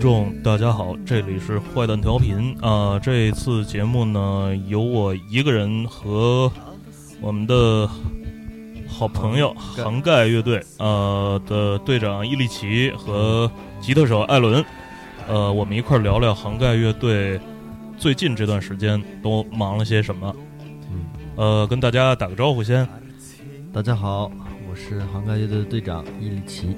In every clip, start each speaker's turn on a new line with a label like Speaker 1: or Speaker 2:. Speaker 1: 众大家好，这里是坏蛋调频啊、这一次节目呢，由我一个人和我们的好朋友杭盖乐队呃的队长伊利奇和吉他手艾伦，呃，我们一块儿聊聊杭盖乐队最近这段时间都忙了些什么。
Speaker 2: 嗯
Speaker 1: 呃，跟大家打个招呼先。
Speaker 2: 大家好，我是杭盖乐队的队长伊里奇。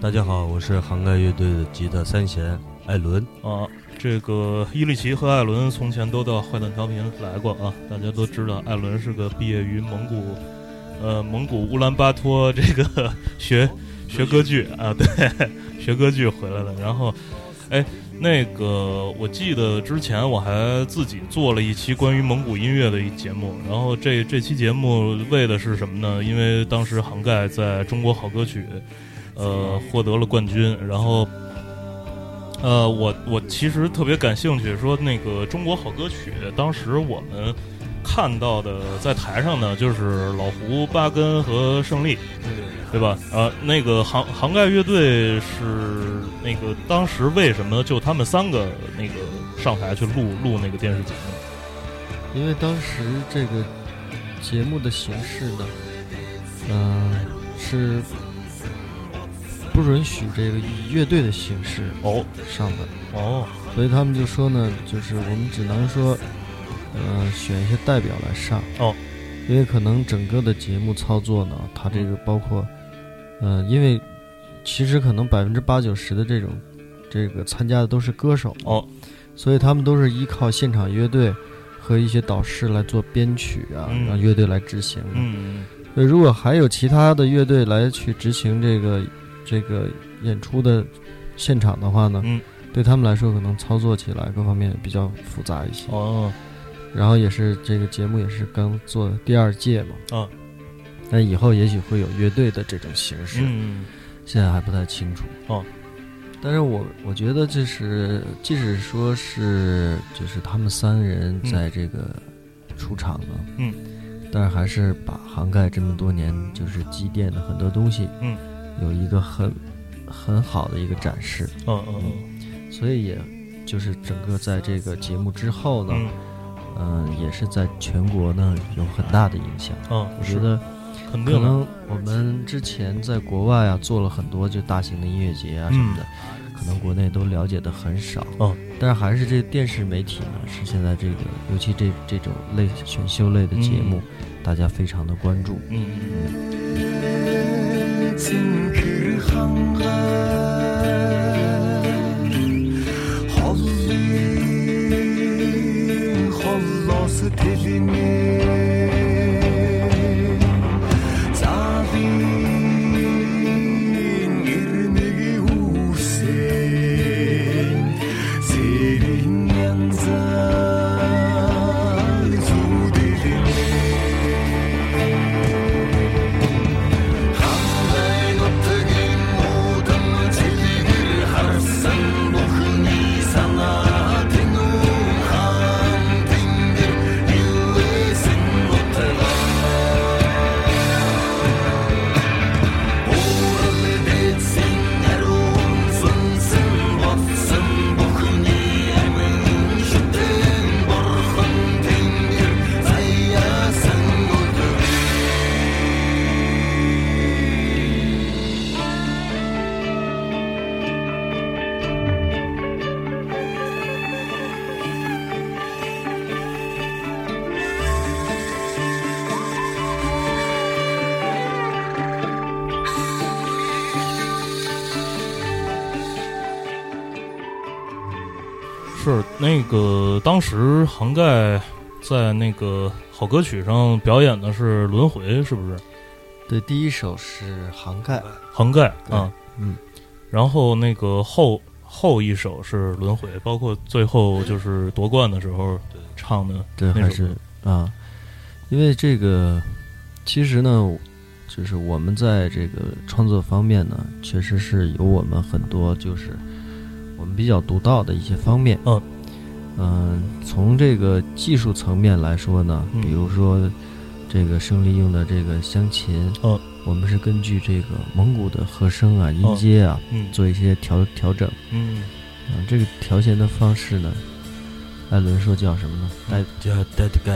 Speaker 3: 大家好，我是杭盖乐队的吉他三弦艾伦。
Speaker 1: 啊，这个伊利奇和艾伦从前都到坏蛋调频来过啊，大家都知道艾伦是个毕业于蒙古，呃，蒙古乌兰巴托这个学学歌剧啊，对， 学歌剧回来的。然后，哎，那个我记得之前我还自己做了一期关于蒙古音乐的一节目，然后这这期节目为的是什么呢？因为当时杭盖在中国好歌曲，呃，获得了冠军，然后呃，我我其实特别感兴趣，说那个中国好歌曲，当时我们看到的在台上呢，就是老胡、巴根和胜利，对吧？呃，那个杭杭盖乐队是那个当时为什么就他们三个那个上台去录录那个电视节目？
Speaker 2: 因为当时这个节目的形式呢，嗯、是不允许这个以乐队的形式
Speaker 1: 哦
Speaker 2: 上的，
Speaker 1: 哦，
Speaker 2: 所以他们就说呢，就是我们只能说，呃，选一些代表来上。
Speaker 1: 哦，
Speaker 2: 因为可能整个的节目操作呢，它这个包括，呃，因为其实可能百分之八九十的这种这个参加的都是歌手
Speaker 1: 哦，
Speaker 2: 所以他们都是依靠现场乐队和一些导师来做编曲啊，
Speaker 1: 嗯
Speaker 2: 让乐队来执行。啊
Speaker 1: 嗯
Speaker 2: 所以如果还有其他的乐队来去执行这个这个演出的现场的话呢，
Speaker 1: 嗯
Speaker 2: 对他们来说可能操作起来各方面比较复杂一些。
Speaker 1: 哦
Speaker 2: 然后也是这个节目也是刚做第二届嘛，
Speaker 1: 啊，
Speaker 2: 那以后也许会有乐队的这种形式，
Speaker 1: 嗯
Speaker 2: 现在还不太清楚。
Speaker 1: 哦，
Speaker 2: 但是我我觉得这是，即使说是就是他们三人
Speaker 1: 嗯
Speaker 2: 在这个出场呢，
Speaker 1: 嗯，
Speaker 2: 但是还是把涵盖这么多年就是积淀的很多东西，
Speaker 1: 嗯，
Speaker 2: 有一个很很好的一个展示，
Speaker 1: 嗯嗯
Speaker 2: 所以也就是整个在这个节目之后呢，
Speaker 1: 嗯
Speaker 2: 嗯、也是在全国呢有很大的影响。
Speaker 1: 嗯，
Speaker 2: 我觉
Speaker 1: 是
Speaker 2: 得
Speaker 1: 肯
Speaker 2: 可
Speaker 1: 定的，
Speaker 2: 能我们之前在国外啊做了很多就大型的音乐节啊什么的，可能国内都了解的很少。
Speaker 1: 嗯，
Speaker 2: 但是还是这电视媒体呢，是现在这个尤其这这种类选秀类的节目，大家非常的关注。
Speaker 1: 嗯是那个当时杭盖在那个好歌曲上表演的是《轮回》，是不是？
Speaker 2: 对，第一首是涵盖，
Speaker 1: 杭盖
Speaker 2: 对
Speaker 1: 啊，
Speaker 2: 嗯，
Speaker 1: 然后那个后后一首是《轮回》，包括最后就是夺冠的时候唱的，
Speaker 2: 对，
Speaker 1: 那
Speaker 2: 还
Speaker 1: 首
Speaker 2: 是啊，因为这个其实呢，就是我们在这个创作方面呢，确实是有我们很多就是我们比较独到的一些方面。
Speaker 1: 嗯
Speaker 2: 嗯从这个技术层面来说呢，
Speaker 1: 嗯
Speaker 2: 比如说这个胜利用的这个湘琴，
Speaker 1: 嗯
Speaker 2: 我们是根据这个蒙古的和声啊、音
Speaker 1: 嗯
Speaker 2: 阶啊、
Speaker 1: 嗯
Speaker 2: 做一些调调整。
Speaker 1: 嗯
Speaker 2: 嗯，这个调弦的方式呢，艾伦说叫什么呢？
Speaker 1: 嗯
Speaker 2: 带
Speaker 3: 叫 Dead God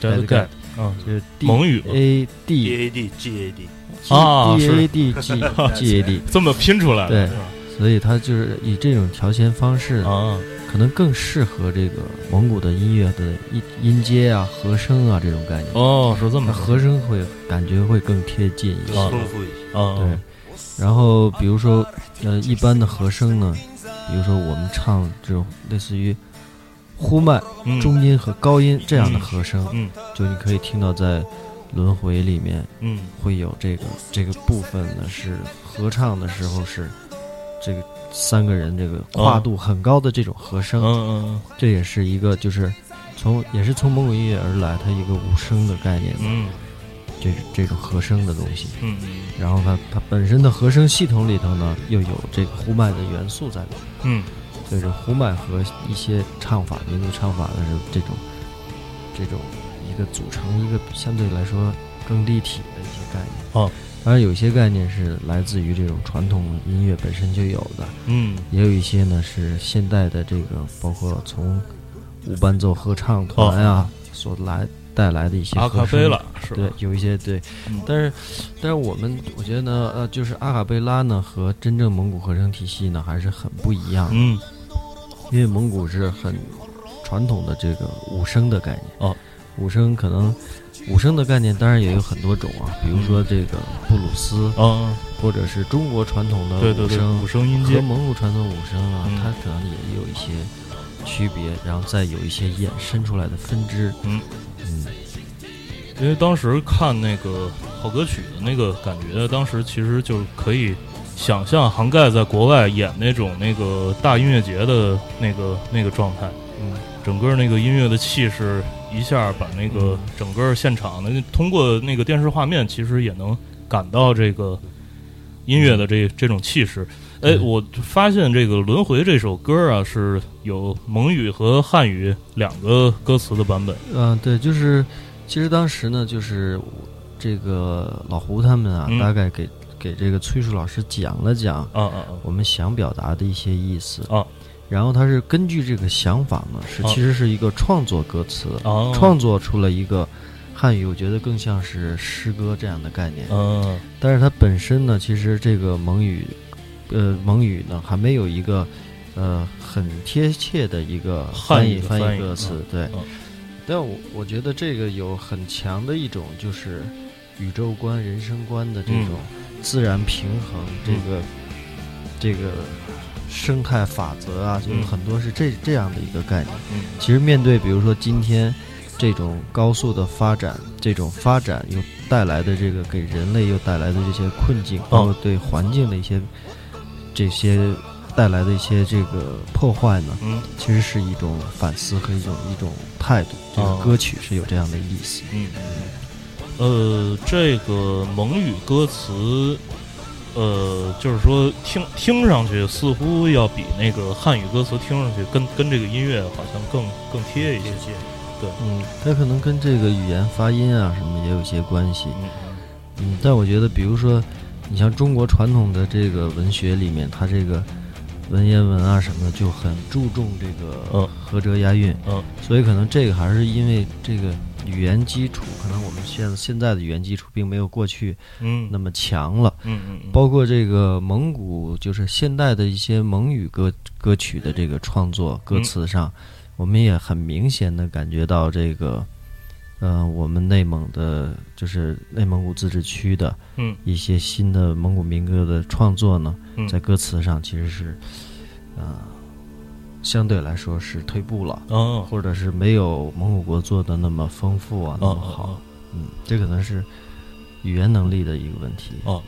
Speaker 1: Dead
Speaker 2: Dead
Speaker 1: Cat 啊，
Speaker 2: 就是 D
Speaker 1: 蒙语
Speaker 2: A D
Speaker 3: A D G A D，
Speaker 2: G
Speaker 1: 啊
Speaker 2: D
Speaker 1: 是
Speaker 2: A D G G A D，
Speaker 1: 这么拼出来的
Speaker 2: 对所以它就是以这种调弦方式呢，
Speaker 1: 啊，
Speaker 2: 可能更适合这个蒙古的音乐的音音阶啊、和声啊这种概念。
Speaker 1: 哦，是这
Speaker 2: 它
Speaker 1: 么
Speaker 2: 和声会感觉会更贴近一些。
Speaker 1: 啊
Speaker 3: 丰富一些。
Speaker 1: 啊，
Speaker 2: 对，然后比如说，呃，一般的和声呢，比如说我们唱这种类似于呼麦、
Speaker 1: 嗯
Speaker 2: 中音和高音这样的和声，
Speaker 1: 嗯
Speaker 2: 就你可以听到在《轮回》里面
Speaker 1: 嗯
Speaker 2: 会有这个这个部分呢，是合唱的时候是这个三个人这个跨度很高的这种和
Speaker 1: 嗯
Speaker 2: 声，
Speaker 1: 嗯
Speaker 2: 这也是一个就是从也是从蒙古音乐而来，它一个五声的概念，
Speaker 1: 嗯
Speaker 2: 这这种和声的东西。
Speaker 1: 嗯嗯
Speaker 2: 然后它它本身的和声系统里头呢，又有这个呼麦的元素在里面，
Speaker 1: 嗯
Speaker 2: 所以这呼麦和一些唱法、民族唱法的是这种这种一个组成一个相对来说更立体的一些概念。
Speaker 1: 哦，
Speaker 2: 当然有些概念是来自于这种传统音乐本身就有的，
Speaker 1: 嗯
Speaker 2: 也有一些呢是现代的这个，包括从无伴奏合唱团啊、所来带来的一些
Speaker 1: 哦阿
Speaker 2: 和
Speaker 1: 卡
Speaker 2: 声
Speaker 1: 贝拉是吧
Speaker 2: 对，有一些对，
Speaker 1: 嗯
Speaker 2: 但是但是我们我觉得呢，呃，就是阿卡贝拉呢和真正蒙古合声体系呢还是很不一样的，
Speaker 1: 嗯
Speaker 2: 因为蒙古是很传统的这个五声的概念
Speaker 1: 哦，
Speaker 2: 五声可能五声的概念当然也有很多种啊，比如说这个布鲁斯，
Speaker 1: 啊，
Speaker 2: 或者是中国传统的
Speaker 1: 对对
Speaker 2: 五
Speaker 1: 对，
Speaker 2: 声
Speaker 1: 五声音
Speaker 2: 和
Speaker 1: 阶
Speaker 2: 蒙古传统五声啊
Speaker 1: 嗯，
Speaker 2: 它可能也有一些区别，然后再有一些衍生出来的分支，
Speaker 1: 嗯
Speaker 2: 嗯
Speaker 1: 因为当时看那个好歌曲的那个感觉，当时其实就是可以想象杭盖在国外演那种那个大音乐节的那个那个状态，
Speaker 2: 嗯。
Speaker 1: 整个那个音乐的气势一下把那个
Speaker 2: 嗯
Speaker 1: 整个现场的通过那个电视画面，其实也能感到这个音乐的这这种气势。哎，
Speaker 2: 嗯
Speaker 1: 我发现这个《轮回》这首歌啊，是有蒙语和汉语两个歌词的版本。
Speaker 2: 嗯，对，就是其实当时呢，就是这个老胡他们啊，
Speaker 1: 嗯
Speaker 2: 大概给给这个崔树老师讲了讲
Speaker 1: 啊啊啊！
Speaker 2: 我们想表达的一些意思
Speaker 1: 啊。
Speaker 2: 然后他是根据这个想法呢，是
Speaker 1: 啊
Speaker 2: 其实是一个创作歌词，
Speaker 1: 哦，
Speaker 2: 创作出了一个汉语，我觉得更像是诗歌这样的概念。
Speaker 1: 嗯
Speaker 2: 但是它本身呢，其实这个蒙语，呃，蒙语呢还没有一个呃很贴切的一个
Speaker 1: 汉
Speaker 2: 翻
Speaker 1: 语
Speaker 2: 译
Speaker 1: 的
Speaker 2: 翻
Speaker 1: 翻译
Speaker 2: 译歌词，对。
Speaker 1: 嗯
Speaker 2: 但我我觉得这个有很强的一种就是宇宙观、人生观的这种自然平衡，
Speaker 1: 嗯
Speaker 2: 这个这个生态法则啊，就是
Speaker 1: 嗯
Speaker 2: 很多是这这样的一个概念。
Speaker 1: 嗯
Speaker 2: 其实面对比如说今天这种高速的发展，这种发展又带来的这个给人类又带来的这些困境，
Speaker 1: 哦
Speaker 2: 包括对环境的一些这些带来的一些这个破坏呢，
Speaker 1: 嗯
Speaker 2: 其实是一种反思和一种一种态度。这个
Speaker 1: 哦
Speaker 2: 歌曲是有这样的意思。
Speaker 1: 嗯，呃，这个蒙语歌词，呃，就是说听听上去似乎要比那个汉语歌词听上去跟跟这个音乐好像更更贴一些。
Speaker 2: 嗯，它可能跟这个语言发音啊什么也有一些关系。
Speaker 1: 嗯
Speaker 2: 嗯，但我觉得，比如说，你像中国传统的这个文学里面，它这个文言文啊什么的就很注重这
Speaker 1: 嗯
Speaker 2: 个合辙押韵，
Speaker 1: 嗯，
Speaker 2: 所以可能这个还是因为这个语言基础，可能我们现现在的语言基础并没有过去
Speaker 1: 嗯
Speaker 2: 那么强了。
Speaker 1: 嗯嗯嗯，
Speaker 2: 包括这个蒙古，就是现代的一些蒙语歌歌曲的这个创作歌
Speaker 1: 嗯
Speaker 2: 词上，我们也很明显的感觉到这个，呃，我们内蒙的，就是内蒙古自治区的，
Speaker 1: 嗯，
Speaker 2: 一些新的蒙古民歌的创作呢，
Speaker 1: 嗯
Speaker 2: 在歌词上其实是，呃，相对来说是退步了，
Speaker 1: 哦
Speaker 2: 或者是没有蒙古国做的那么丰富啊，那
Speaker 1: 哦
Speaker 2: 么好
Speaker 1: 好，。
Speaker 2: 嗯，这可能是语言能力的一个问题。
Speaker 1: 哦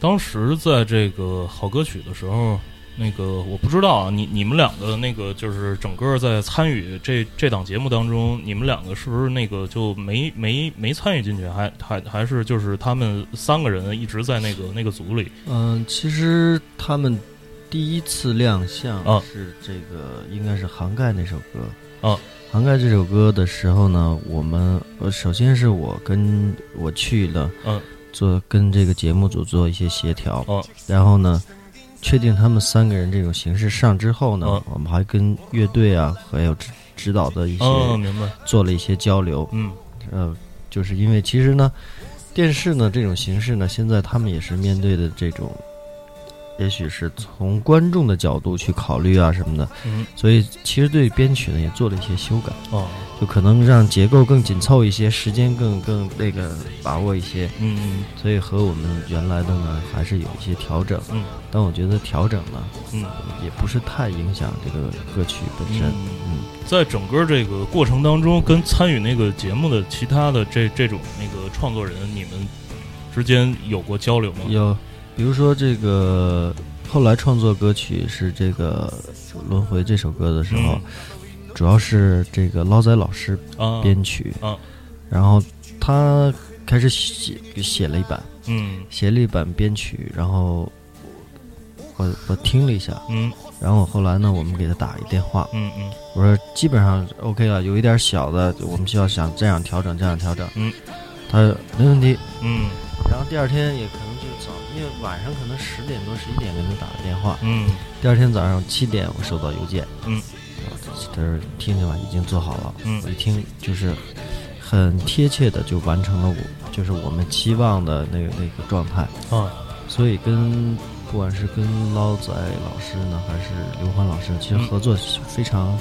Speaker 1: 当时在这个好歌曲的时候，那个我不知道啊，你你们两个那个就是整个在参与这这档节目当中，你们两个是不是那个就没没没参与进去，还还还是就是他们三个人一直在那个那个组里
Speaker 2: 嗯，其实他们第一次亮相
Speaker 1: 啊
Speaker 2: 是这个，应该是《杭盖》那首歌。
Speaker 1: 啊，
Speaker 2: 《杭盖》这首歌的时候呢，我们呃，首先是我跟我去了，
Speaker 1: 嗯，
Speaker 2: 做跟这个节目组做一些协调，
Speaker 1: 哦
Speaker 2: 然后呢，确定他们三个人这种形式上之后呢，
Speaker 1: 嗯
Speaker 2: 我们还跟乐队啊，还有指指导的一些、
Speaker 1: 哦，明白，
Speaker 2: 做了一些交流。
Speaker 1: 嗯
Speaker 2: 呃，就是因为其实呢，电视呢这种形式呢，现在他们也是面对的这种，也许是从观众的角度去考虑啊什么的，
Speaker 1: 嗯，
Speaker 2: 所以其实对编曲呢也做了一些修改，
Speaker 1: 哦，
Speaker 2: 就可能让结构更紧凑一些，时间更更那个把握一些，
Speaker 1: 嗯
Speaker 2: 所以和我们原来的呢还是有一些调整。
Speaker 1: 嗯，
Speaker 2: 但我觉得调整呢
Speaker 1: 嗯
Speaker 2: 也不是太影响这个歌曲本身。
Speaker 1: 嗯。在整个这个过程当中，跟参与那个节目的其他的这这种那个创作人，你们之间有过交流吗？
Speaker 2: 有，比如说这个后来创作歌曲是这个《轮回》这首歌的时候，主要是这个捞仔老师
Speaker 1: 啊，
Speaker 2: 编曲，
Speaker 1: 啊
Speaker 2: 然后他开始写写了一版，
Speaker 1: 嗯
Speaker 2: 写了一版编曲，然后我我听了一下，
Speaker 1: 嗯
Speaker 2: 然后我后来呢，我们给他打一电话，
Speaker 1: 嗯嗯
Speaker 2: 我说基本上 OK 了，有一点小的，我们需要想这样调整，这样调整，
Speaker 1: 嗯，
Speaker 2: 他说没问题，
Speaker 1: 嗯
Speaker 2: 然后第二天也可能就早，因为晚上可能十点多十一点给他打个电话，
Speaker 1: 嗯
Speaker 2: 第二天早上七点我收到邮件，
Speaker 1: 嗯
Speaker 2: 我这，他说听听吧，已经做好了，
Speaker 1: 嗯
Speaker 2: 我一听就是很贴切的就完成了我就是我们期望的那个那个状态，
Speaker 1: 啊
Speaker 2: 所以跟不管是跟捞仔老师呢，还是刘欢老师，其实
Speaker 1: 嗯
Speaker 2: 合作是非常、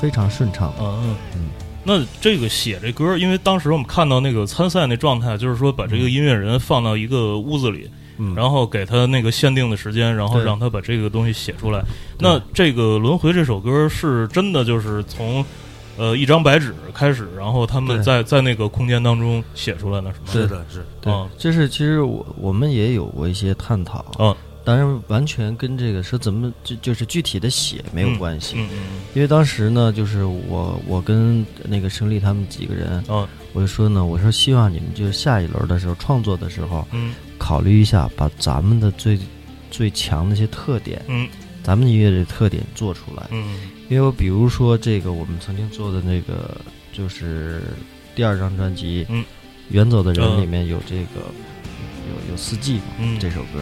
Speaker 2: 非常顺畅的，
Speaker 1: 嗯
Speaker 2: 嗯
Speaker 1: 嗯。那这个写这歌，因为当时我们看到那个参赛那状态，就是说把这个音乐人放到一个屋子里，
Speaker 2: 嗯，
Speaker 1: 然后给他那个限定的时间，然后
Speaker 2: 对
Speaker 1: 让他把这个东西写出来。那这个《轮回》这首歌是真的就是从呃一张白纸开始，然后他们
Speaker 2: 对
Speaker 1: 在在那个空间当中写出来的，是吗？
Speaker 3: 是的，是
Speaker 2: 对
Speaker 1: 嗯，
Speaker 2: 这是其实我我们也有过一些探讨，
Speaker 1: 嗯，
Speaker 2: 当然完全跟这个说怎么就就是具体的写没有关系，
Speaker 1: 嗯嗯
Speaker 2: 因为当时呢，就是我我跟那个胜利他们几个人，
Speaker 1: 嗯
Speaker 2: 我就说呢，我说希望你们就是下一轮的时候创作的时候
Speaker 1: 嗯
Speaker 2: 考虑一下，把咱们的最最强的一些特点，
Speaker 1: 嗯
Speaker 2: 咱们音乐的特点做出来，
Speaker 1: 嗯
Speaker 2: 因为我比如说这个我们曾经做的那个就是第二张专辑，
Speaker 1: 嗯
Speaker 2: 远走的人
Speaker 1: 嗯
Speaker 2: 里面有这个有有四季嘛。
Speaker 1: 嗯，
Speaker 2: 这首歌。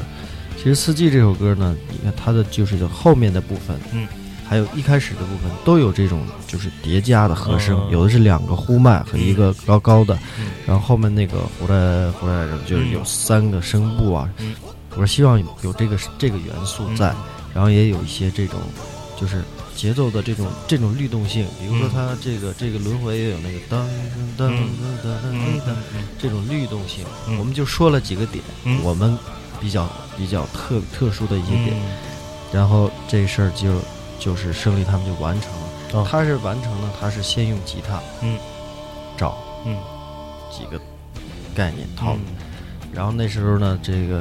Speaker 2: 其实《四季》这首歌呢，你看它的就是有后面的部分，
Speaker 1: 嗯，
Speaker 2: 还有一开始的部分都有这种就是叠加的和声，
Speaker 1: 嗯
Speaker 2: 有的是两个呼麦和一个高高的，
Speaker 1: 嗯
Speaker 2: 然后后面那个胡来胡来就是有三个声部啊。
Speaker 1: 嗯
Speaker 2: 我说希望有这个这个元素在，然后也有一些这种就是节奏的这种这种律动性，比如说
Speaker 1: 嗯
Speaker 2: 它这个、这个轮回也有那个当当当当当
Speaker 1: 嗯嗯
Speaker 2: 当当这种律动性。
Speaker 1: 嗯
Speaker 2: 我们就说了几个点，
Speaker 1: 嗯
Speaker 2: 我们比较比较特特殊的一些
Speaker 1: 嗯
Speaker 2: 点，然后这事儿就就是胜利他们就完成了。
Speaker 1: 哦
Speaker 2: 他是完成了，他是先用吉他，
Speaker 1: 嗯，
Speaker 2: 找
Speaker 1: 嗯
Speaker 2: 几个概念套
Speaker 1: 好
Speaker 2: 路，然后那时候呢，这个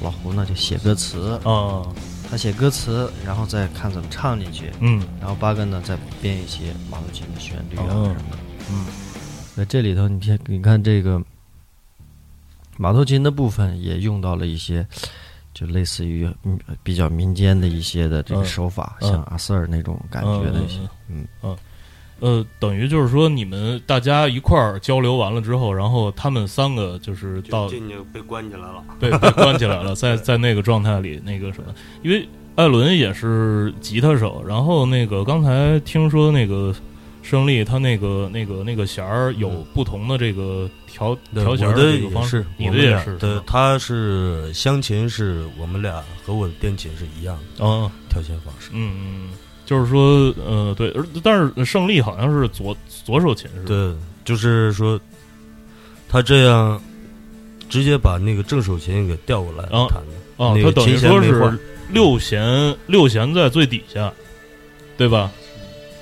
Speaker 2: 老胡呢就写歌词，
Speaker 1: 啊
Speaker 2: 他写歌词，然后再看怎么唱进去，
Speaker 1: 嗯
Speaker 2: 然后八哥呢再编一些马头琴的旋律啊什
Speaker 1: 哦
Speaker 2: 么的。
Speaker 1: 嗯，
Speaker 2: 那这里头你看，你看这个马头琴的部分也用到了一些，就类似于嗯比较民间的一些的这个
Speaker 1: 嗯
Speaker 2: 手法，
Speaker 1: 嗯
Speaker 2: 像阿 Sir 那种感觉的一些。嗯
Speaker 1: 嗯嗯呃，等于就是说，你们大家一块儿交流完了之后，然后他们三个就是到
Speaker 4: 就进去被关起来了。
Speaker 1: 被被关起来了， 在在那个状态里，那个什么，因为艾伦也是吉他手，然后那个刚才听说那个胜利他那个那个那个弦儿有不同的这个调
Speaker 3: 嗯对
Speaker 1: 调弦
Speaker 3: 我
Speaker 1: 儿
Speaker 3: 的
Speaker 1: 这个
Speaker 3: 也
Speaker 1: 方式
Speaker 3: 是，，
Speaker 1: 你
Speaker 3: 我
Speaker 1: 的
Speaker 3: 们
Speaker 1: 也
Speaker 3: 俩
Speaker 1: 是，
Speaker 3: 对，他是湘琴是我们俩和我的电琴是一样的
Speaker 1: 嗯
Speaker 3: 调弦方式。
Speaker 1: 嗯嗯，就是说呃对，而但是胜利好像是左左手琴是吧？
Speaker 3: 对，就是说他这样直接把那个正手琴给调过来
Speaker 1: 啊
Speaker 3: 弹的。
Speaker 1: 啊，他
Speaker 3: 那个
Speaker 1: 等于
Speaker 3: 琴弦
Speaker 1: 说
Speaker 3: 没换
Speaker 1: 是六弦六弦在最底下，对吧？
Speaker 3: 嗯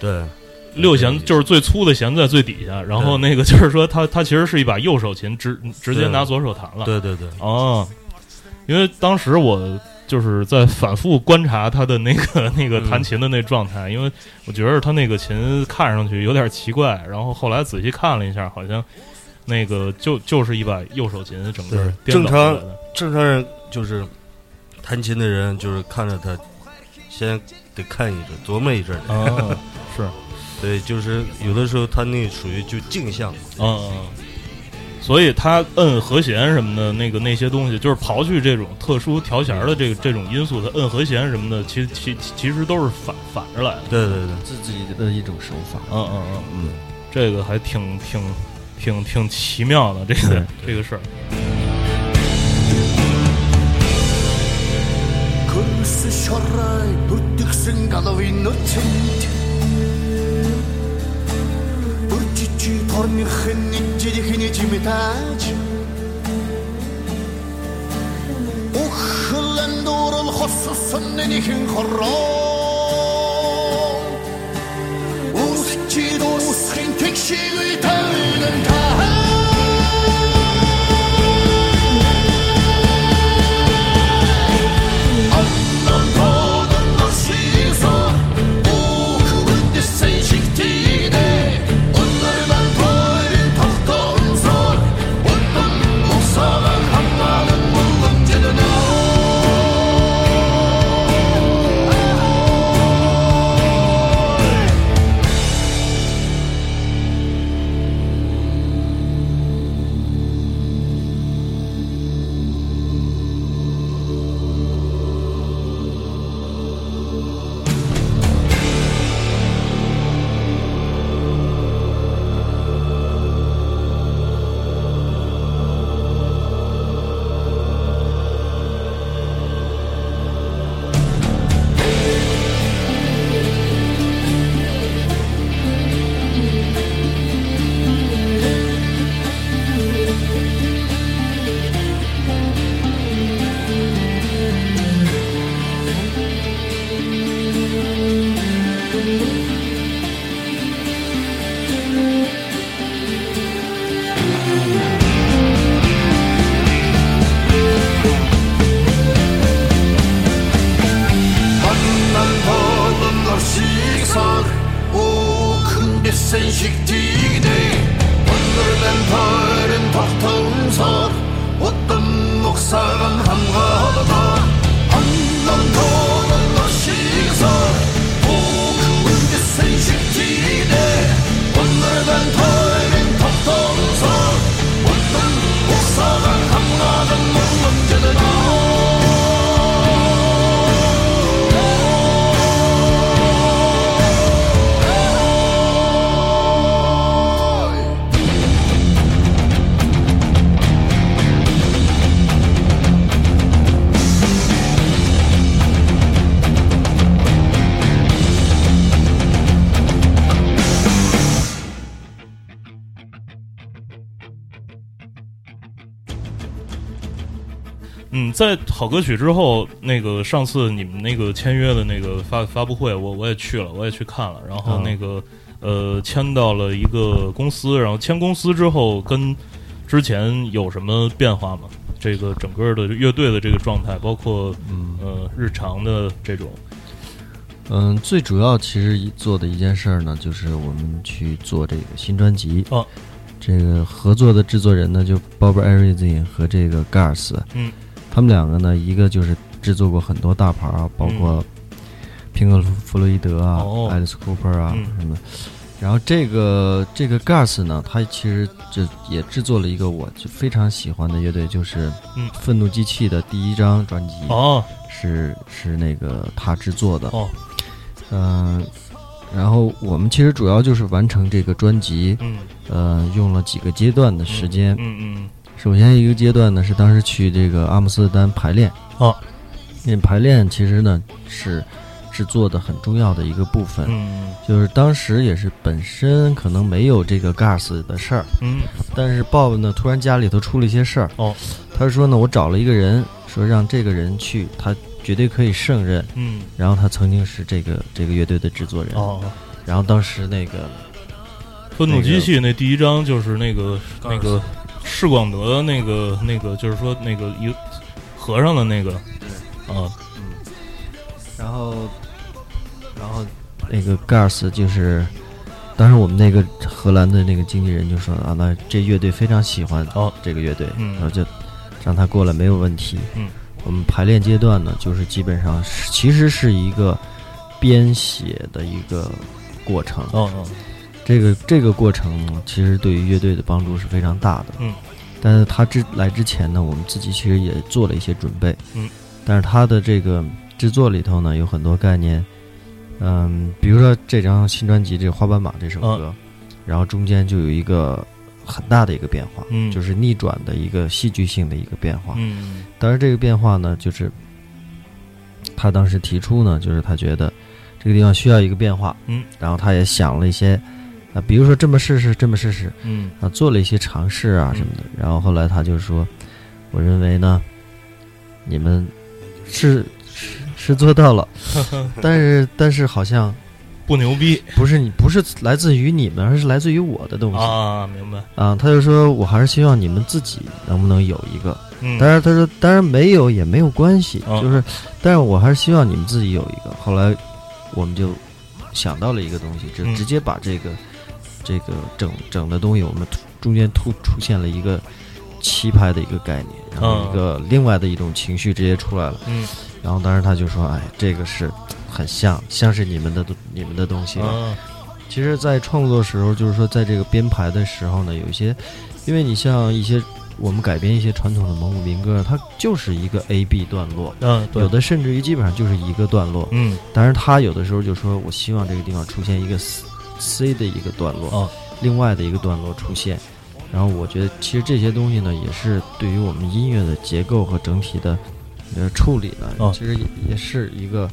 Speaker 3: 对，
Speaker 1: 六弦就是最粗的弦在最底下，然后
Speaker 3: 对
Speaker 1: 那个就是说它它其实是一把右手琴，直直接拿左手弹了。
Speaker 3: 对对对，
Speaker 1: 哦，因为当时我就是在反复观察他的那个 那个弹琴的那状
Speaker 3: 嗯
Speaker 1: 态，因为我觉得他那个琴看上去有点奇怪，然后后来仔细看了一下，好像那个就就是一把右手琴整个
Speaker 3: 对
Speaker 1: 颠倒过来的
Speaker 3: 正正常人就是弹琴的人，就是看着他先得看一阵，琢磨一阵儿。
Speaker 1: 啊，是啊
Speaker 3: 对，就是有的时候他那属于就镜像，
Speaker 1: 嗯，嗯所以他摁和弦什么的，那个那些东西，就是刨去这种特殊调弦儿的这个这种因素，他摁和弦什么的，其其其实都是反反着来的。
Speaker 3: 对对对，
Speaker 2: 自己的一种手法。
Speaker 1: 嗯嗯嗯，
Speaker 2: 嗯，
Speaker 1: 这个还挺挺挺挺奇妙的，这个这个事儿。
Speaker 4: Көрсө шорой бүрдгсэн головын нүчэнд Бүрчичи торныхын ничэдэхний чимэтаж Ухлэн дуурал хосссон нэхэн хороо Усчи дуусхын тэгшигүй тавилэн таа
Speaker 1: 嗯，在好歌曲之后，那个上次你们那个签约的那个发发布会，我我也去了，我也去看了。然后
Speaker 2: 嗯
Speaker 1: 那个、呃，签到了一个公司，然后签公司之后，跟之前有什么变化吗？这个整个的乐队的这个状态，包括
Speaker 2: 嗯
Speaker 1: 呃日常的这种，
Speaker 2: 嗯，最主要其实一做的一件事儿呢，就是我们去做这个新专辑。
Speaker 1: 哦，
Speaker 2: 这个合作的制作人呢，就 Bob e r i z i n 和这个 Gars。
Speaker 1: 嗯，
Speaker 2: 他们两个呢，一个就是制作过很多大牌儿，包括平克·弗洛伊德啊、
Speaker 1: 嗯哦
Speaker 2: Alice Cooper 啊、
Speaker 1: 嗯
Speaker 2: 什么。然后这个这个 Gars 呢，他其实这也制作了一个我就非常喜欢的乐队，就是
Speaker 1: 嗯
Speaker 2: 愤怒机器的第一张专辑。
Speaker 1: 哦
Speaker 2: 是是那个他制作的，
Speaker 1: 哦，
Speaker 2: 嗯、然后我们其实主要就是完成这个专辑，
Speaker 1: 嗯，
Speaker 2: 呃，用了几个阶段的时间。
Speaker 1: 嗯嗯
Speaker 2: 首先一个阶段呢是当时去这个阿姆斯特丹排练，
Speaker 1: 哦，
Speaker 2: 那排练其实呢是制作的很重要的一个部分，
Speaker 1: 嗯
Speaker 2: 就是当时也是本身可能没有这个 Gas 的事儿，
Speaker 1: 嗯
Speaker 2: 但是 Bob 呢，突然家里头出了一些事儿。
Speaker 1: 哦，
Speaker 2: 他说呢，我找了一个人，说让这个人去，他绝对可以胜任。
Speaker 1: 嗯，
Speaker 2: 然后他曾经是这个这个乐队的制作人。，
Speaker 1: 哦，
Speaker 2: 然后当时那个
Speaker 1: 愤怒机器那第一章就是那个
Speaker 3: 高
Speaker 1: 那
Speaker 3: 尔夫
Speaker 1: 个释广德那个那个，就是说那个一个和尚的那个，啊，
Speaker 2: 然后，然后那个 Gars 就是，当时我们那个荷兰的那个经纪人就说啊，那这乐队非常喜欢
Speaker 1: 哦
Speaker 2: 这个乐队，
Speaker 1: 嗯
Speaker 2: 然后就让他过来没有问题。
Speaker 1: 嗯，
Speaker 2: 我们排练阶段呢，就是基本上是其实是一个编写的一个过程。
Speaker 1: 哦哦，
Speaker 2: 这个这个过程呢其实对于乐队的帮助是非常大的。
Speaker 1: 嗯，
Speaker 2: 但是他之来之前呢，我们自己其实也做了一些准备，
Speaker 1: 嗯，
Speaker 2: 但是他的这个制作里头呢，有很多概念，嗯，比如说这张新专辑这个《花斑马》这首
Speaker 1: 嗯
Speaker 2: 歌，然后中间就有一个很大的一个变化，
Speaker 1: 嗯
Speaker 2: 就是逆转的一个戏剧性的一个变化，
Speaker 1: 嗯
Speaker 2: 当然，这个变化呢，就是他当时提出呢，就是他觉得这个地方需要一个变化，
Speaker 1: 嗯，
Speaker 2: 然后他也想了一些啊、比如说这么试试，这么试试
Speaker 1: 嗯
Speaker 2: 啊，做了一些尝试啊什么的。然后后来他就说，我认为呢，你们是是是做到了，但是但是好像
Speaker 1: 嗯不牛逼
Speaker 2: 不是你不是来自于你们，而是来自于我的东西啊
Speaker 1: 啊，明白，
Speaker 2: 他就说我还是希望你们自己能不能有一个。
Speaker 1: 嗯，
Speaker 2: 当然，他说当然没有也没有关系，
Speaker 1: 嗯
Speaker 2: 就是，但是我还是希望你们自己有一个。后来我们就想到了一个东西，就
Speaker 1: 嗯
Speaker 2: 直接把这个、这个整整的东西，我们突中间突出现了一个棋牌的一个概念，然后一个另外的一种情绪直接出来了。
Speaker 1: 嗯，
Speaker 2: 然后当时他就说：“哎，这个是很像，像是你们的你们的东西。
Speaker 1: 啊，
Speaker 2: 其实，在创作时候，就是说，在这个编排的时候呢，有一些，因为你像一些我们改编一些传统的蒙古民歌，它就是一个 A B 段落，
Speaker 1: 嗯，对
Speaker 2: 有，的甚至于基本上就是一个段落。
Speaker 1: 嗯
Speaker 2: 但是它有的时候就说，我希望这个地方出现一个 C- C 的一个段落，
Speaker 1: 哦
Speaker 2: 另外的一个段落出现。然后我觉得，其实这些东西呢，也是对于我们音乐的结构和整体的呃处理呢，
Speaker 1: 哦
Speaker 2: 其实也也是一个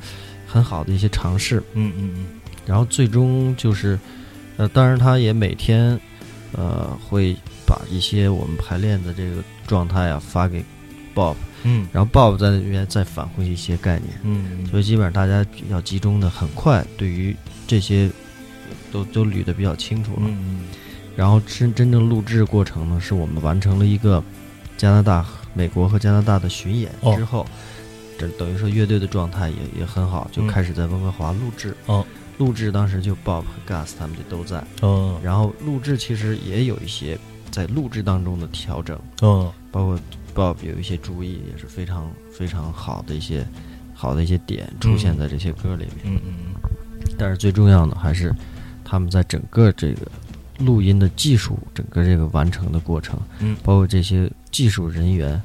Speaker 2: 很好的一些尝试。
Speaker 1: 嗯嗯
Speaker 2: 然后最终就是，呃，当然他也每天，呃，会把一些我们排练的这个状态啊发给 Bob，
Speaker 1: 嗯
Speaker 2: 然后 Bob 在那边再返回一些概念，
Speaker 1: 嗯
Speaker 2: 所以基本上大家要集中的很快，对于这些都都捋得比较清楚了。
Speaker 1: 嗯
Speaker 2: 然后真真正录制过程呢，是我们完成了一个加拿大、美国和加拿大的巡演
Speaker 1: 哦
Speaker 2: 之后，这等于说乐队的状态也也很好，就
Speaker 1: 嗯
Speaker 2: 开始在温哥华录制。
Speaker 1: 哦，
Speaker 2: 录制当时就 Bob 和 Gus 他们就都在，
Speaker 1: 哦
Speaker 2: 然后录制其实也有一些在录制当中的调整，
Speaker 1: 哦
Speaker 2: 包括 Bob 有一些注意，也是非常非常好的一些好的一些点出现在这些歌里面。
Speaker 1: 嗯嗯
Speaker 2: 但是最重要的还是他们在整个这个录音的技术，整个这个完成的过程，
Speaker 1: 嗯
Speaker 2: 包括这些技术人员，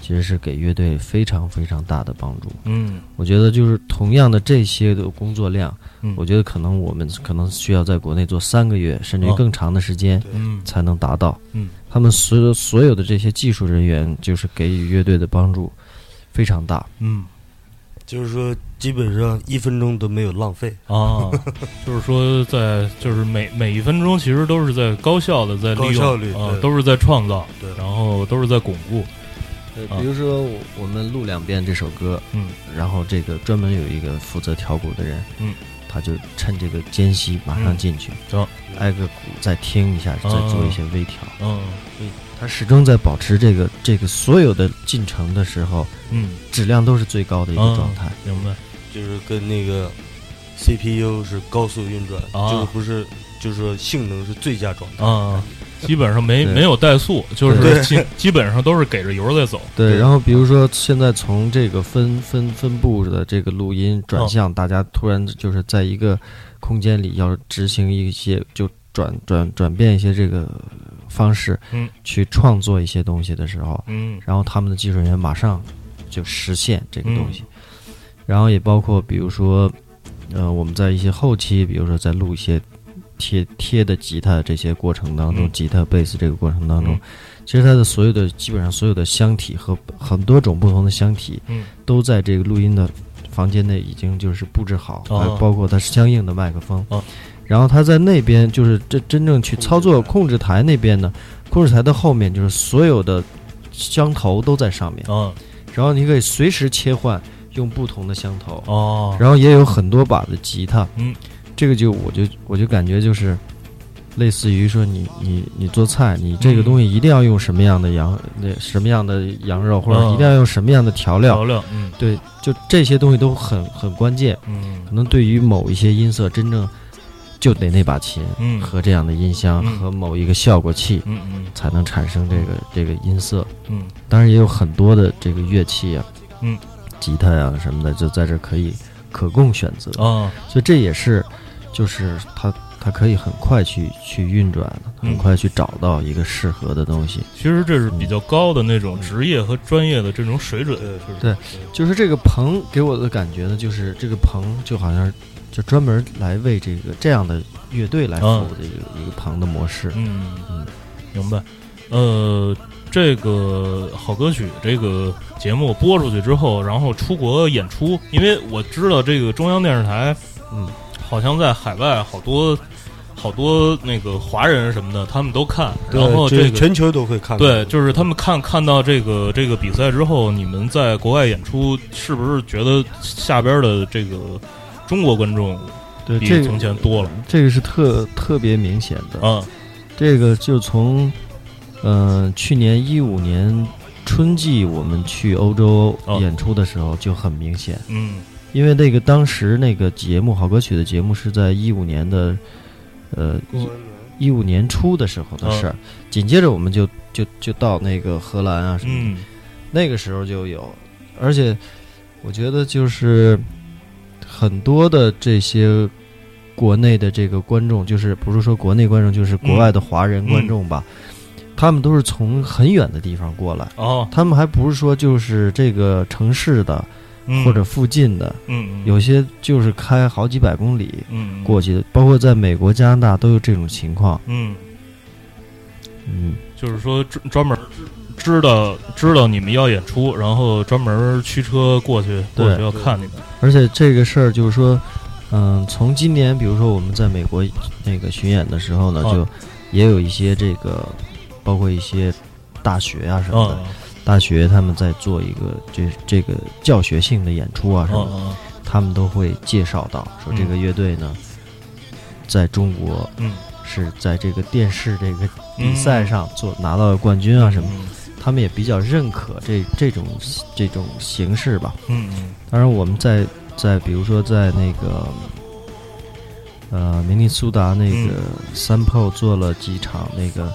Speaker 2: 其实是给乐队非常非常大的帮助。
Speaker 1: 嗯
Speaker 2: 我觉得就是同样的这些的工作量，
Speaker 1: 嗯
Speaker 2: 我觉得可能我们可能需要在国内做三个月甚至于
Speaker 1: 哦
Speaker 2: 更长的时间
Speaker 1: 嗯
Speaker 2: 才能达到。
Speaker 1: 嗯，
Speaker 2: 他们所有所有的这些技术人员，就是给予乐队的帮助非常大。
Speaker 1: 嗯
Speaker 3: 就是说基本上一分钟都没有浪费，
Speaker 1: 啊，就是说在就是每每一分钟其实都是在高效的在利
Speaker 3: 高
Speaker 1: 用
Speaker 3: 效率
Speaker 1: 啊，
Speaker 3: 对
Speaker 1: 都是在创造，
Speaker 3: 对
Speaker 1: 然后都是在巩固，
Speaker 2: 对，
Speaker 1: 啊
Speaker 2: 比如说我我们录两遍这首歌，
Speaker 1: 嗯
Speaker 2: 然后这个专门有一个负责调鼓的人，
Speaker 1: 嗯，
Speaker 2: 他就趁这个间隙马上进去，
Speaker 1: 嗯哦
Speaker 2: 挨个鼓再听一下，再做一些微调。
Speaker 1: 嗯
Speaker 2: 他始终在保持这个这个所有的进程的时候，
Speaker 1: 嗯，
Speaker 2: 质量都是最高的一
Speaker 1: 哦
Speaker 2: 个状态。
Speaker 1: 明白，
Speaker 3: 就是跟那个 CPU 是高速运转，
Speaker 1: 啊
Speaker 3: 就是不是就是说性能是最佳状态。
Speaker 1: 啊，基本上没
Speaker 2: 对
Speaker 1: 没有怠速，就
Speaker 2: 对
Speaker 1: 是基基本上都是给着油在走。
Speaker 2: 对，
Speaker 3: 对
Speaker 2: 然后比
Speaker 1: 哦
Speaker 2: 如说现在从这个分分分布的这个录音
Speaker 1: 哦
Speaker 2: 转向，大家突然就是在一个空间里要执行一些就转转转变一些这个方式，
Speaker 1: 嗯，
Speaker 2: 去创作一些东西的时候，
Speaker 1: 嗯
Speaker 2: 然后他们的技术人员马上就实现这个东西，
Speaker 1: 嗯
Speaker 2: 然后也包括比如说，呃，我们在一些后期，比如说在录一些贴贴的吉他这些过程当中，
Speaker 1: 嗯
Speaker 2: 吉他、贝斯这个过程当中，
Speaker 1: 嗯
Speaker 2: 其实它的所有的基本上所有的箱体和很多种不同的箱体
Speaker 1: 嗯
Speaker 2: 都在这个录音的房间内已经就是布置好，
Speaker 1: 哦
Speaker 2: 还包括它相应的麦克风。
Speaker 1: 哦
Speaker 2: 然后他在那边就是这真正去
Speaker 3: 控制
Speaker 2: 操作
Speaker 3: 台
Speaker 2: 控制台那边呢，控制台的后面就是所有的箱头都在上面，
Speaker 1: 啊
Speaker 2: 然后你可以随时切换用不同的箱头，
Speaker 1: 哦
Speaker 2: 然后也有很多把的吉他，
Speaker 1: 嗯，
Speaker 2: 这个就我就我就感觉就是。类似于说你你你做菜，你这个
Speaker 1: 嗯
Speaker 2: 东西一定要用什么样的羊，那什么样的羊肉，或者
Speaker 1: 哦
Speaker 2: 一定要用什么样的调料
Speaker 1: 调，料，嗯
Speaker 2: 对，就这些东西都很很关键，可
Speaker 1: 嗯
Speaker 2: 能对于某一些音色，真正就得那把琴
Speaker 1: 嗯
Speaker 2: 和这样的音箱
Speaker 1: 嗯
Speaker 2: 和某一个效果器，
Speaker 1: 嗯
Speaker 2: 才能产生这个这个音色。
Speaker 1: 嗯
Speaker 2: 当然也有很多的这个乐器啊，
Speaker 1: 嗯，
Speaker 2: 吉他啊呀、什么的，就在这可以可供选择。
Speaker 1: 嗯啊
Speaker 2: 所以这也是，就是它它它可以很快去去运转的，
Speaker 1: 嗯
Speaker 2: 很快去找到一个适合的东西。
Speaker 1: 其实这是比较高的那种职业和专业的这种水准。
Speaker 3: 对，是
Speaker 2: 对就是这个棚给我的感觉呢，就是这个棚就好像就专门来为这个这样的乐队来服务的一个、一个棚的模式。
Speaker 1: 哦嗯
Speaker 2: 嗯，
Speaker 1: 明白。呃，这个好歌曲这个节目播出去之后，然后出国演出，因为我知道这个中央电视台，
Speaker 2: 嗯，
Speaker 1: 好像在海外好多好多那个华人什么的，他们都看，
Speaker 3: 对
Speaker 1: 然后
Speaker 3: 呃就
Speaker 1: 这
Speaker 3: 是
Speaker 1: 个。
Speaker 3: 全球都会看到
Speaker 1: 对，就是他们看看到这个这个比赛之后，你们在国外演出，是不是觉得下边的这个中国观众
Speaker 2: 对，
Speaker 1: 比
Speaker 2: 这
Speaker 1: 从前
Speaker 2: 个
Speaker 1: 多了？
Speaker 2: 这个是特特别明显的。
Speaker 1: 啊，
Speaker 2: 这个就从，呃，去年一五年春季我们去欧洲
Speaker 1: 哦
Speaker 2: 演出的时候就很明显，
Speaker 1: 嗯
Speaker 2: 因为那个当时那个节目好歌曲的节目是在一五年的，呃，一五年初的时候的
Speaker 1: 哦
Speaker 2: 事儿，紧接着我们就就就到那个荷兰啊什么的，
Speaker 1: 嗯
Speaker 2: 那个时候就有，而且我觉得就是很多的这些国内的这个观众，就是不是说国内观众，就是国外的华人观众吧，他们都是从很远的地方过来，
Speaker 1: 哦，
Speaker 2: 他们还不是说就是这个城市的
Speaker 1: 嗯
Speaker 2: 或者附近的，
Speaker 1: 嗯嗯
Speaker 2: 有些就是开好几百公里
Speaker 1: 嗯
Speaker 2: 过去的，包括在美国、加拿大都有这种情况，
Speaker 1: 嗯，
Speaker 2: 嗯。
Speaker 1: 就是说专专门知道知道你们要演出，然后专门驱车过去过去
Speaker 2: 对
Speaker 1: 要看你们。
Speaker 2: 而且这个事儿就是说，嗯，从今年，比如说我们在美国那个巡演的时候呢，
Speaker 1: 啊
Speaker 2: 就也有一些这个，包括一些大学啊什么的，
Speaker 1: 嗯
Speaker 2: 大学他们在做一个这这个教学性的演出啊
Speaker 1: 嗯
Speaker 2: 什么的，
Speaker 1: 嗯
Speaker 2: 他们都会介绍到说这个乐队呢，在中国
Speaker 1: 嗯
Speaker 2: 是在这个电视这个
Speaker 1: 嗯
Speaker 2: 比赛上做拿到了冠军啊什么的，
Speaker 1: 嗯
Speaker 2: 他们也比较认可这这种这种形式吧。
Speaker 1: 嗯嗯
Speaker 2: 当然，我们在在比如说在那个呃明尼苏达那
Speaker 1: 嗯
Speaker 2: 个三炮做了几场那个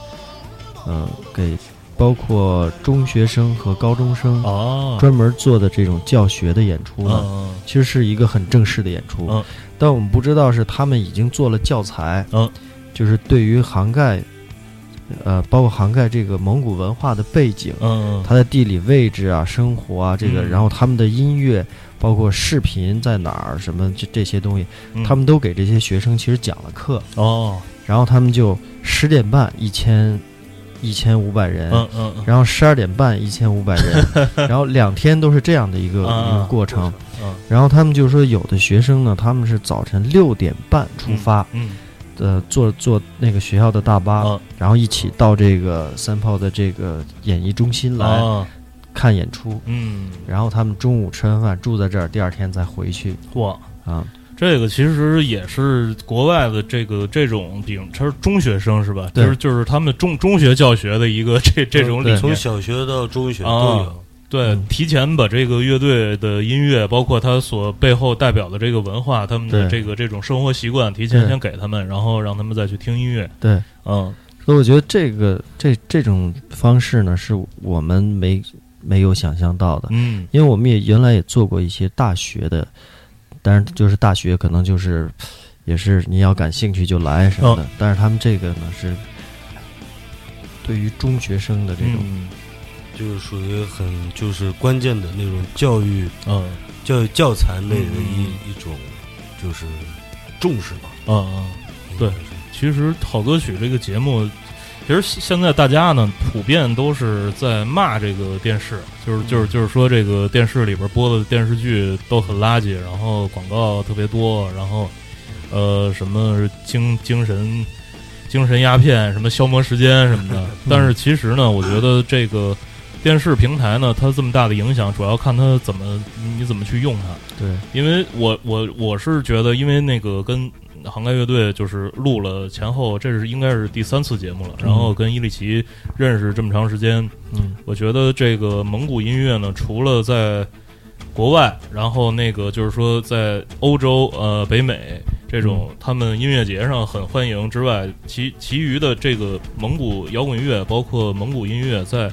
Speaker 2: 呃给包括中学生和高中生
Speaker 1: 哦，
Speaker 2: 专门做的这种教学的演出呢，
Speaker 1: 嗯
Speaker 2: 其实是一个很正式的演出
Speaker 1: 嗯，
Speaker 2: 但我们不知道是他们已经做了教材
Speaker 1: 嗯，
Speaker 2: 就是对于涵盖呃包括涵盖这个蒙古文化的背景。
Speaker 1: 嗯
Speaker 2: 它的地理位置啊、生活啊，这个，
Speaker 1: 嗯
Speaker 2: 然后他们的音乐，包括视频在哪儿，什么这这些东西，
Speaker 1: 嗯，
Speaker 2: 他们都给这些学生其实讲了课，
Speaker 1: 哦，
Speaker 2: 然后他们就十点半一千一千五百人。
Speaker 1: 嗯嗯
Speaker 2: 然后十二点半一千五百 人，然后两天都是这样的一个、
Speaker 1: 啊
Speaker 2: 一个过程。
Speaker 1: 嗯
Speaker 2: 然后他们就说，有的学生呢，他们是早晨六点半出发，
Speaker 1: 嗯
Speaker 2: 呃，坐坐那个学校的大巴，
Speaker 1: 啊
Speaker 2: 然后一起到这个三炮的这个演艺中心来、
Speaker 1: 啊
Speaker 2: 看演出。
Speaker 1: 嗯
Speaker 2: 然后他们中午吃完饭住在这儿，第二天再回去
Speaker 1: 哇。
Speaker 2: 啊。
Speaker 1: 这个其实也是国外的这个这种，比如他是中学生是吧？
Speaker 2: 对
Speaker 1: 就是就是他们中中学教学的一个这这种理
Speaker 2: 对
Speaker 1: 念，
Speaker 3: 从小学到中学都
Speaker 1: 啊
Speaker 3: 有。
Speaker 1: 对，
Speaker 2: 嗯
Speaker 1: 提前把这个乐队的音乐，包括他所背后代表的这个文化，他们的
Speaker 2: 对
Speaker 1: 这个这种生活习惯，提前
Speaker 2: 对
Speaker 1: 先给他们，然后让他们再去听音乐。
Speaker 2: 对，
Speaker 1: 嗯
Speaker 2: 所以我觉得这个这这种方式呢，是我们没没有想象到的，
Speaker 1: 嗯
Speaker 2: 因为我们也原来也做过一些大学的，但是就是大学可能就是也是你要感兴趣就来什
Speaker 1: 哦
Speaker 2: 么的，但是他们这个呢是对于中学生的这种，
Speaker 1: 嗯
Speaker 3: 就是属于很就是关键的那种教育
Speaker 1: 嗯
Speaker 3: 教育教材类的一、
Speaker 1: 嗯
Speaker 3: 一种就是重视吧。
Speaker 1: 嗯嗯，对
Speaker 3: 应该是
Speaker 1: 其实好歌曲这个节目，其实现现在大家呢普遍都是在骂这个电视，就是就是就是说这个电视里边播的电视剧都很垃圾，然后广告特别多，然后呃什么精精神精神鸦片，什么消磨时间什么的。但是其实呢，我觉得这个电视平台呢，它这么大的影响，主要看它怎么你怎么去用它。
Speaker 2: 对，
Speaker 1: 嗯因为我我我是觉得，因为那个跟杭盖乐队就是录了前后，这是应该是第三次节目了。然后跟伊里奇认识这么长时间，
Speaker 2: 嗯，
Speaker 1: 我觉得这个蒙古音乐呢，除了在国外，然后那个就是说在欧洲、呃北美这种他们音乐节上很欢迎之外，其其余的这个蒙古摇滚乐，包括蒙古音乐，在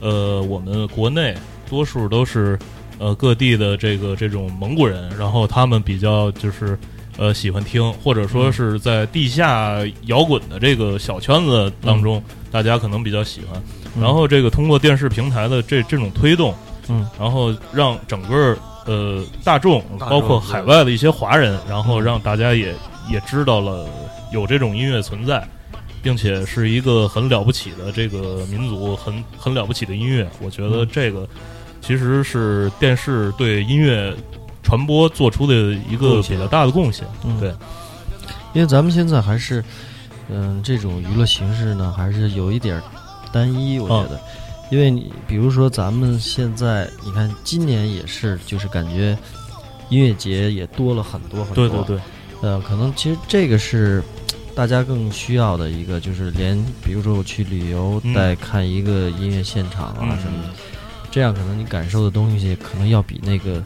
Speaker 1: 呃我们国内多数都是呃各地的这个这种蒙古人，然后他们比较就是呃喜欢听，或者说是在地下摇滚的这个小圈子当中，大家可能比较喜欢。
Speaker 2: 嗯
Speaker 1: 然后这个通过电视平台的这这种推动，
Speaker 2: 嗯，
Speaker 1: 然后让整个呃大众，
Speaker 3: 大众
Speaker 1: 包括
Speaker 3: 对
Speaker 1: 海外的一些华人，然后让大家也也知道了有这种音乐存在，并且是一个很了不起的这个民族，很很了不起的音乐。我觉得这个其实是电视对音乐传播做出的一个
Speaker 3: 贡
Speaker 1: 比
Speaker 3: 献
Speaker 1: 较大的贡献。
Speaker 2: 嗯
Speaker 1: 对，
Speaker 2: 因为咱们现在还是，嗯，这种娱乐形式呢，还是有一点儿单一，我觉
Speaker 1: 哦
Speaker 2: 得，因为你比如说咱们现在，你看今年也是，就是感觉音乐节也多了很多很多，
Speaker 1: 对对对，
Speaker 2: 呃，可能其实这个是大家更需要的一个，就是连比如说我去旅游
Speaker 1: 嗯
Speaker 2: 带看一个音乐现场啊
Speaker 1: 嗯
Speaker 2: 什么的，这样可能你感受的东西可能要比那个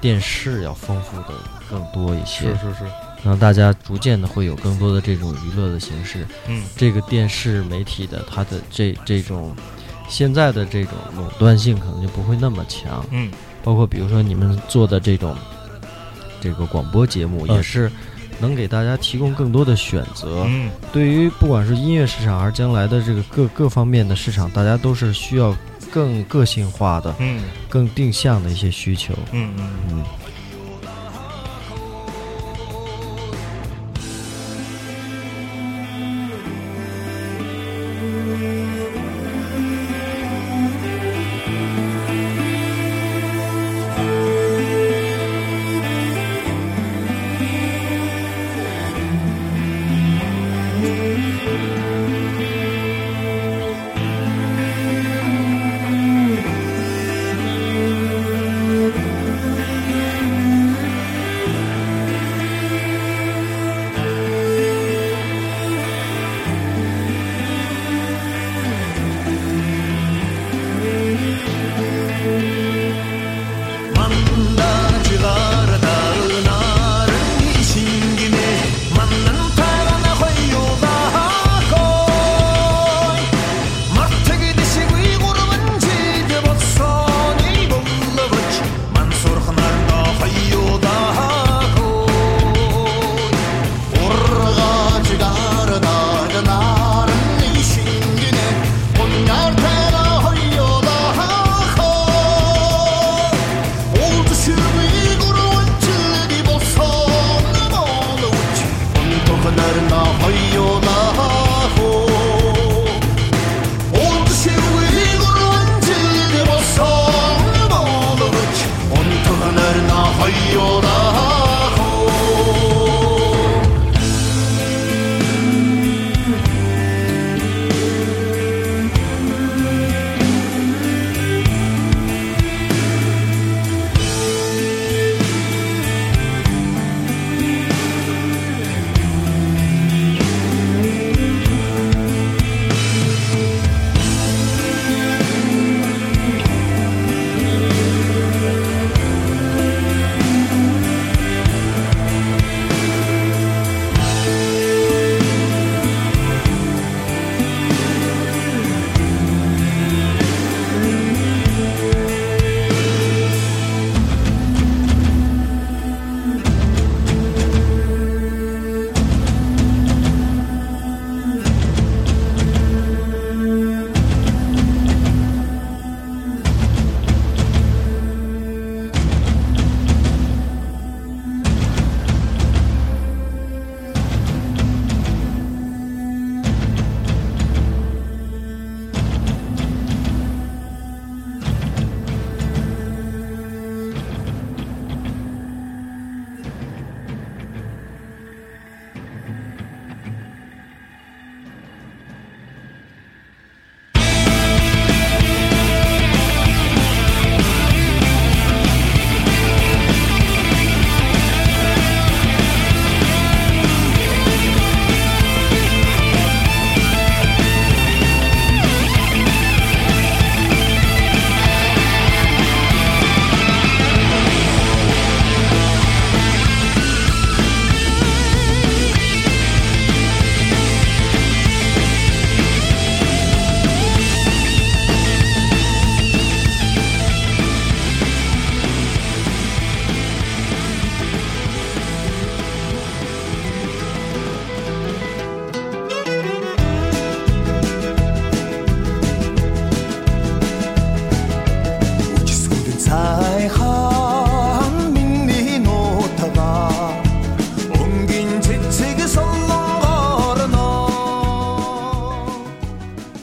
Speaker 2: 电视要丰富的更多一些，
Speaker 1: 是是，
Speaker 2: 让大家逐渐的会有更多的这种娱乐的形式。
Speaker 1: 嗯
Speaker 2: 这个电视媒体的它的这这种现在的这种垄断性可能就不会那么强。
Speaker 1: 嗯
Speaker 2: 包括比如说你们做的这种这个广播节目，
Speaker 1: 嗯
Speaker 2: 也是能给大家提供更多的选择。
Speaker 1: 嗯，
Speaker 2: 对于不管是音乐市场还是将来的这个各各方面的市场，大家都是需要更个性化的、
Speaker 1: 嗯
Speaker 2: 更定向的一些需求。
Speaker 1: 嗯嗯
Speaker 2: 嗯，
Speaker 4: Mandacılar darınarın işin gibi Mannan tarana koyu daha koy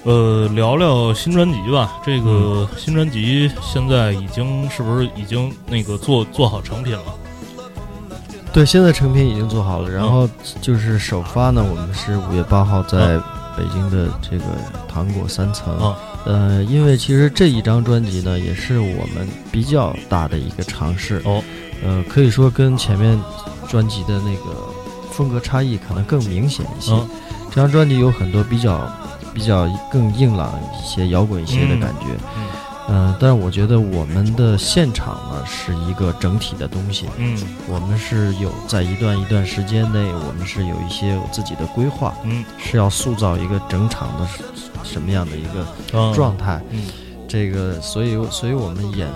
Speaker 1: 呃，聊聊新专辑吧。这个新专辑现在已经是不是已经那个做做好成品了？
Speaker 2: 对，现在成品已经做好了，然后就是首发呢，我们是五月八号在北京的这个糖果三层。
Speaker 1: 嗯
Speaker 2: 呃，因为其实这一张专辑呢，也是我们比较大的一个尝试。
Speaker 1: 哦，
Speaker 2: 呃，可以说跟前面专辑的那个风格差异可能更明显一些。
Speaker 1: 嗯
Speaker 2: 这张专辑有很多比较比较更硬朗一些、摇滚一些的感觉。
Speaker 1: 嗯
Speaker 2: 呃，但是我觉得我们的现场呢是一个整体的东西，
Speaker 1: 嗯
Speaker 2: 我们是有在一段一段时间内，我们是有一些我自己的规划，
Speaker 1: 嗯
Speaker 2: 是要塑造一个整场的什么样的一个
Speaker 1: 嗯，
Speaker 2: 状态。
Speaker 1: 嗯
Speaker 2: 这个，所以所以我们演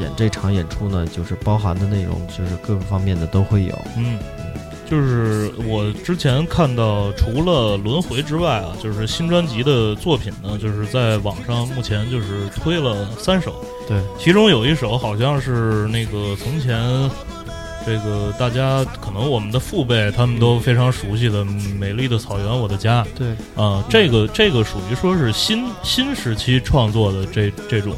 Speaker 2: 演这场演出呢，就是包含的内容，就是各个方面的都会有。
Speaker 1: 嗯，就是我之前看到，除了轮回之外啊，就是新专辑的作品呢，就是在网上目前就是推了三首，
Speaker 2: 对，
Speaker 1: 其中有一首好像是那个从前。这个大家可能我们的父辈他们都非常熟悉的《美丽的草原我的家》
Speaker 2: 对，
Speaker 1: 啊、这个这个属于说是新新时期创作的这这种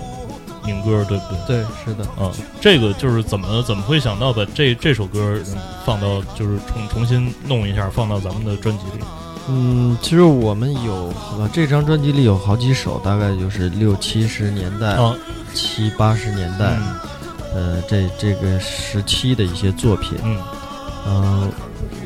Speaker 1: 民歌，对不对？
Speaker 2: 对，是的。
Speaker 1: 啊，这个就是怎么怎么会想到把这这首歌嗯放到就是重重新弄一下放到咱们的专辑里？
Speaker 2: 嗯，其实我们有呃这张专辑里有好几首，大概就是六七十年代、哦
Speaker 1: 啊，
Speaker 2: 七八十年代，呃，这这个时期的一些作品。
Speaker 1: 嗯
Speaker 2: 嗯，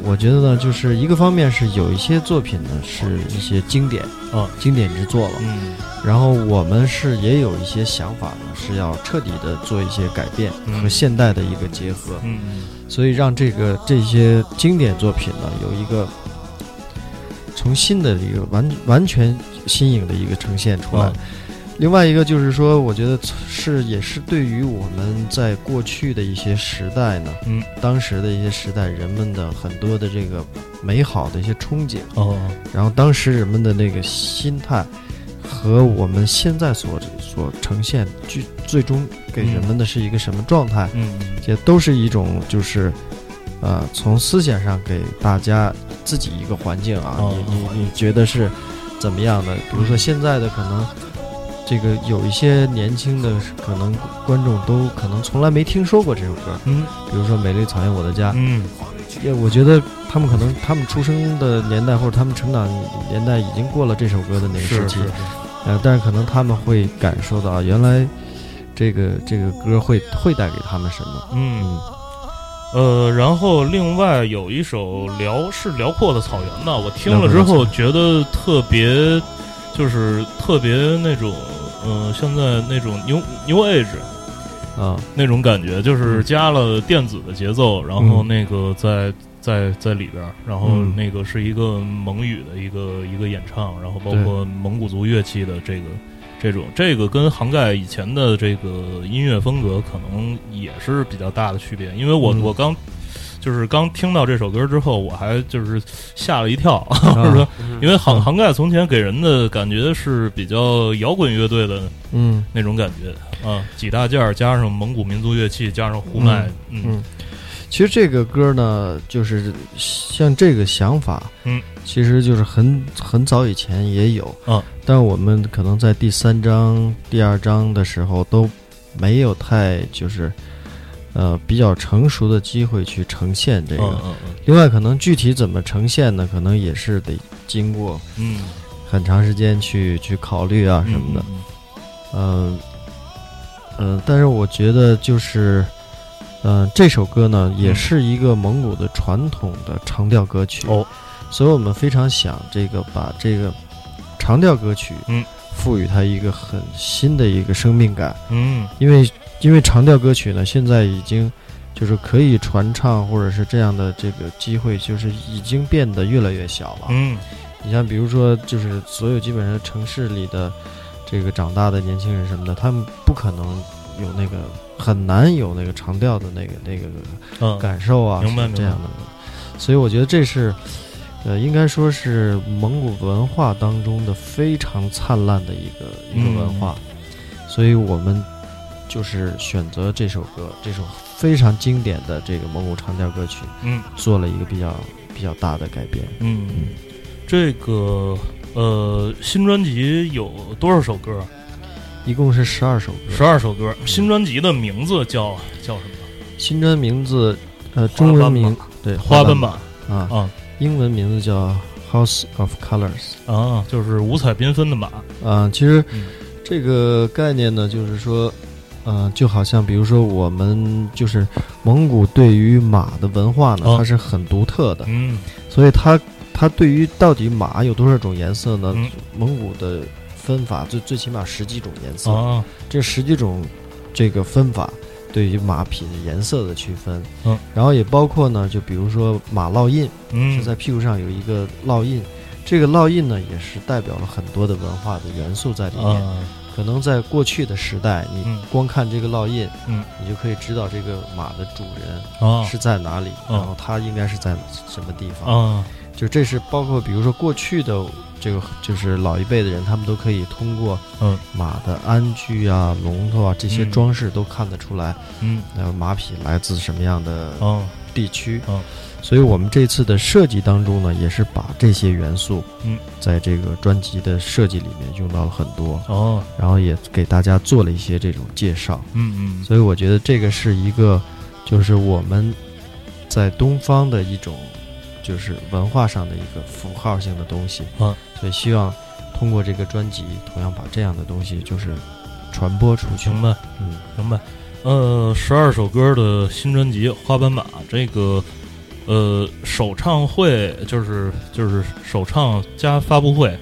Speaker 2: 我觉得呢，就是一个方面是有一些作品呢是一些经典
Speaker 1: 啊
Speaker 2: 经典之作了，
Speaker 1: 嗯
Speaker 2: 然后我们是也有一些想法呢是要彻底的做一些改变
Speaker 1: 嗯
Speaker 2: 和现代的一个结合，
Speaker 1: 嗯嗯
Speaker 2: 所以让这个这些经典作品呢有一个从新的一个完完全新颖的一个呈现出来。
Speaker 1: 啊
Speaker 2: 另外一个就是说，我觉得是也是对于我们在过去的一些时代呢，
Speaker 1: 嗯，
Speaker 2: 当时的一些时代人们的很多的这个美好的一些憧憬，
Speaker 1: 哦
Speaker 2: 然后当时人们的那个心态和我们现在所所呈现最最终给人们的是一个什么状态，
Speaker 1: 嗯
Speaker 2: 这都是一种就是。呃，从思想上给大家自己一个环境啊，
Speaker 1: 哦嗯
Speaker 2: 你你你觉得是怎么样的？比如说现在的可能，这个有一些年轻的可能观众都可能从来没听说过这首歌，
Speaker 1: 嗯
Speaker 2: 比如说《美丽草原我的家》，
Speaker 1: 嗯
Speaker 2: 也我觉得他们可能他们出生的年代或者他们成长年代已经过了这首歌的那个时
Speaker 1: 是
Speaker 2: 期
Speaker 1: 是，
Speaker 2: 呃，但是可能他们会感受到啊原来这个这个歌会会带给他们什么。
Speaker 1: 嗯呃，然后另外有一首辽是辽阔的草原吧，我听了之后觉得特别，就是特别那种呃，现在那种 new new age
Speaker 2: 啊，
Speaker 1: 那种感觉，
Speaker 2: 嗯
Speaker 1: 就是加了电子的节奏，然后那个在在在里边儿，然后
Speaker 2: 嗯
Speaker 1: 那个是一个蒙语的一个一个演唱，然后包括蒙古族乐器的这个这种，这个跟杭盖以前的这个音乐风格可能也是比较大的区别，因为我、
Speaker 2: 嗯
Speaker 1: 我刚。就是刚听到这首歌之后，我还就是吓了一跳， 或者
Speaker 2: 啊
Speaker 1: 说，因为杭
Speaker 2: 嗯
Speaker 1: 杭盖从前给人的感觉是比较摇滚乐队的
Speaker 2: 嗯
Speaker 1: 那种感觉啊，几大件儿加上蒙古民族乐器，加上胡麦，嗯
Speaker 2: 嗯，其实这个歌呢，就是像这个想法，
Speaker 1: 嗯，
Speaker 2: 其实就是很很早以前也有，
Speaker 1: 啊，
Speaker 2: 但我们可能在第三章、第二章的时候都没有太就是。呃，比较成熟的机会去呈现这
Speaker 1: 嗯
Speaker 2: 个，
Speaker 1: 嗯嗯
Speaker 2: 另外，可能具体怎么呈现呢？可能也是得经过
Speaker 1: 嗯，
Speaker 2: 很长时间去去考虑啊
Speaker 1: 嗯
Speaker 2: 什么的。，嗯嗯、呃但是我觉得就是，嗯、这首歌呢也是一个蒙古的传统的长调歌曲，
Speaker 1: 哦，
Speaker 2: 所以我们非常想这个把这个长调歌曲，
Speaker 1: 嗯，
Speaker 2: 赋予它一个很新的一个生命感。
Speaker 1: 嗯
Speaker 2: 因为因为长调歌曲呢，现在已经就是可以传唱或者是这样的这个机会，就是已经变得越来越小了。
Speaker 1: 嗯
Speaker 2: 你像比如说，就是所有基本上城市里的这个长大的年轻人什么的，他们不可能有那个很难有那个长调的那个那个
Speaker 1: 嗯嗯
Speaker 2: 感受啊，
Speaker 1: 明白
Speaker 2: 是这样的。所以我觉得这是。呃，应该说是蒙古文化当中的非常灿烂的一个一个
Speaker 1: 嗯
Speaker 2: 文化，所以我们就是选择这首歌，这首非常经典的这个蒙古长调歌曲，
Speaker 1: 嗯
Speaker 2: 做了一个比较比较大的改变。
Speaker 1: 嗯，这个。呃，新专辑有多少首歌？
Speaker 2: 一共是十二首歌。
Speaker 1: 十二首歌。新专辑的名字叫叫什么？
Speaker 2: 新专名字，呃，中文名对《
Speaker 1: 花
Speaker 2: 花
Speaker 1: 瓣
Speaker 2: 马
Speaker 1: 马》
Speaker 2: 啊，
Speaker 1: 啊
Speaker 2: 英文名字叫《House of Colors
Speaker 1: 啊，就是五彩缤纷的马。》
Speaker 2: 啊。其实
Speaker 1: 嗯
Speaker 2: 这个概念呢，就是说，呃，就好像比如说我们就是蒙古对于马的文化呢，
Speaker 1: 哦
Speaker 2: 它是很独特的，
Speaker 1: 嗯
Speaker 2: 所以它它对于到底马有多少种颜色呢？
Speaker 1: 嗯
Speaker 2: 蒙古的分法最最起码十几种颜色，
Speaker 1: 啊
Speaker 2: 这十几种这个分法对于马匹的颜色的区分，
Speaker 1: 嗯，
Speaker 2: 然后也包括呢，就比如说马烙印
Speaker 1: 嗯
Speaker 2: 是在屁股上有一个烙印，这个烙印呢也是代表了很多的文化的元素在里面。
Speaker 1: 啊
Speaker 2: 可能在过去的时代，你
Speaker 1: 嗯
Speaker 2: 光看这个烙印，
Speaker 1: 嗯，
Speaker 2: 你就可以知道这个马的主人
Speaker 1: 啊
Speaker 2: 是在哪里，
Speaker 1: 嗯
Speaker 2: 然后它应该是在什么地方。
Speaker 1: 啊
Speaker 2: 就这是包括比如说过去的这个就是老一辈的人，他们都可以通过
Speaker 1: 嗯
Speaker 2: 马的鞍具啊、笼头啊这些
Speaker 1: 嗯
Speaker 2: 装饰都看得出来，
Speaker 1: 嗯
Speaker 2: 然后马匹来自什么样的
Speaker 1: 啊
Speaker 2: 地区。
Speaker 1: 嗯
Speaker 2: 所以我们这次的设计当中呢，也是把这些元素，
Speaker 1: 嗯，
Speaker 2: 在这个专辑的设计里面用到了很多，
Speaker 1: 哦
Speaker 2: 然后也给大家做了一些这种介绍。
Speaker 1: 嗯
Speaker 2: 所以我觉得这个是一个，就是我们在东方的一种，就是文化上的一个符号性的东西。
Speaker 1: 嗯，
Speaker 2: 所以希望通过这个专辑，同样把这样的东西就是传播出
Speaker 1: 嗯，
Speaker 2: 去。
Speaker 1: 明白。
Speaker 2: 嗯，
Speaker 1: 明白。呃，十二首歌的新专辑《花斑马》这个，呃，首唱会就是就是首唱加发布会，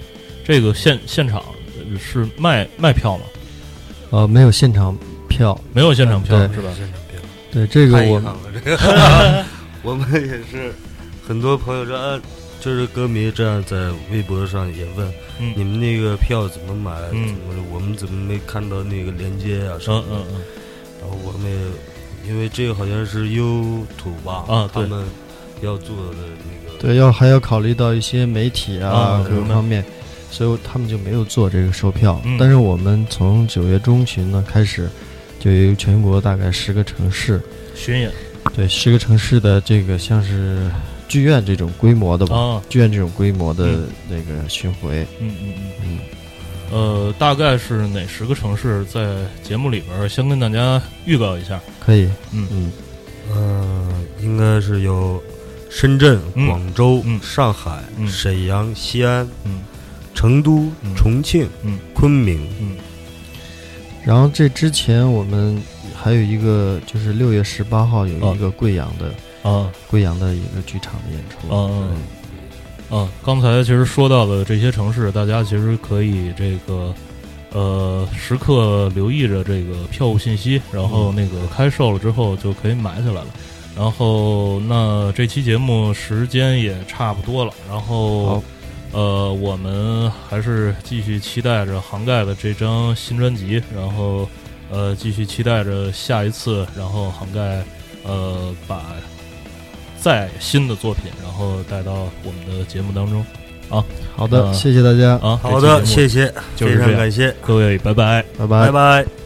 Speaker 1: 这个现现场呃是卖卖票吗？
Speaker 2: 呃，没有现场票。
Speaker 1: 没有现场票
Speaker 2: 对
Speaker 1: 是吧？
Speaker 3: 现场票
Speaker 2: 对这个
Speaker 3: 太遗
Speaker 2: 我
Speaker 3: 憾 了，啊这 个我们也是很多朋友说，啊就是歌迷这样在微博上也问
Speaker 1: 嗯
Speaker 3: 你们那个票怎么买，
Speaker 1: 嗯
Speaker 3: 怎么的我们怎么没看到那个链接啊什么
Speaker 1: 嗯
Speaker 3: 的？
Speaker 1: 嗯嗯
Speaker 3: 然后我们也因为这个好像是优土吧，
Speaker 1: 啊
Speaker 3: 他
Speaker 1: 对
Speaker 3: 们要做的那个，
Speaker 2: 对要还要考虑到一些媒体啊
Speaker 1: 啊
Speaker 2: 各个
Speaker 1: 明白
Speaker 2: 方面，所以他们就没有做这个售票。
Speaker 1: 嗯
Speaker 2: 但是我们从九月中旬呢开始，就由全国大概十个城市。
Speaker 1: 巡演
Speaker 2: 对，十个城市的这个像是剧院这种规模的吧，
Speaker 1: 啊，
Speaker 2: 剧院这种规模的
Speaker 1: 嗯
Speaker 2: 那个巡回，
Speaker 1: 嗯嗯
Speaker 2: 嗯，
Speaker 1: 嗯，呃，大概是哪十个城市在节目里边儿先跟大家预告一下？
Speaker 2: 可以，
Speaker 1: 嗯
Speaker 2: 嗯，
Speaker 3: 嗯、应该是有深圳、
Speaker 1: 嗯
Speaker 3: 广州、
Speaker 1: 嗯
Speaker 3: 上海、
Speaker 1: 嗯
Speaker 3: 沈阳、西安、
Speaker 1: 嗯
Speaker 3: 成都、
Speaker 1: 嗯
Speaker 3: 重庆、
Speaker 1: 嗯
Speaker 3: 昆明。
Speaker 1: 嗯
Speaker 2: 然后这之前我们还有一个就是六月十八号有
Speaker 1: 哦
Speaker 2: 一个贵阳的、
Speaker 1: 啊
Speaker 2: 贵阳的一个剧场的演出，
Speaker 1: 啊
Speaker 2: 嗯，
Speaker 1: 啊，刚才其实说到了这些城市，大家其实可以这个呃时刻留意着这个票务信息，然
Speaker 2: 嗯
Speaker 1: 后那个开售了之后就可以买起来了。然后那这期节目时间也差不多了，然后
Speaker 2: 好，
Speaker 1: 呃我们还是继续期待着杭盖的这张新专辑，然后呃继续期待着下一次，然后杭盖呃把再新的作品，然后带到我们的节目当中
Speaker 2: 好的，
Speaker 1: 呃
Speaker 2: 谢谢大家，
Speaker 1: 啊。
Speaker 3: 好的，
Speaker 1: 这期节目
Speaker 3: 谢谢，
Speaker 1: 就是
Speaker 3: 非
Speaker 1: 这
Speaker 3: 常
Speaker 1: 样
Speaker 3: 感谢，
Speaker 1: 各位，拜拜。
Speaker 2: 拜拜
Speaker 3: 拜。拜。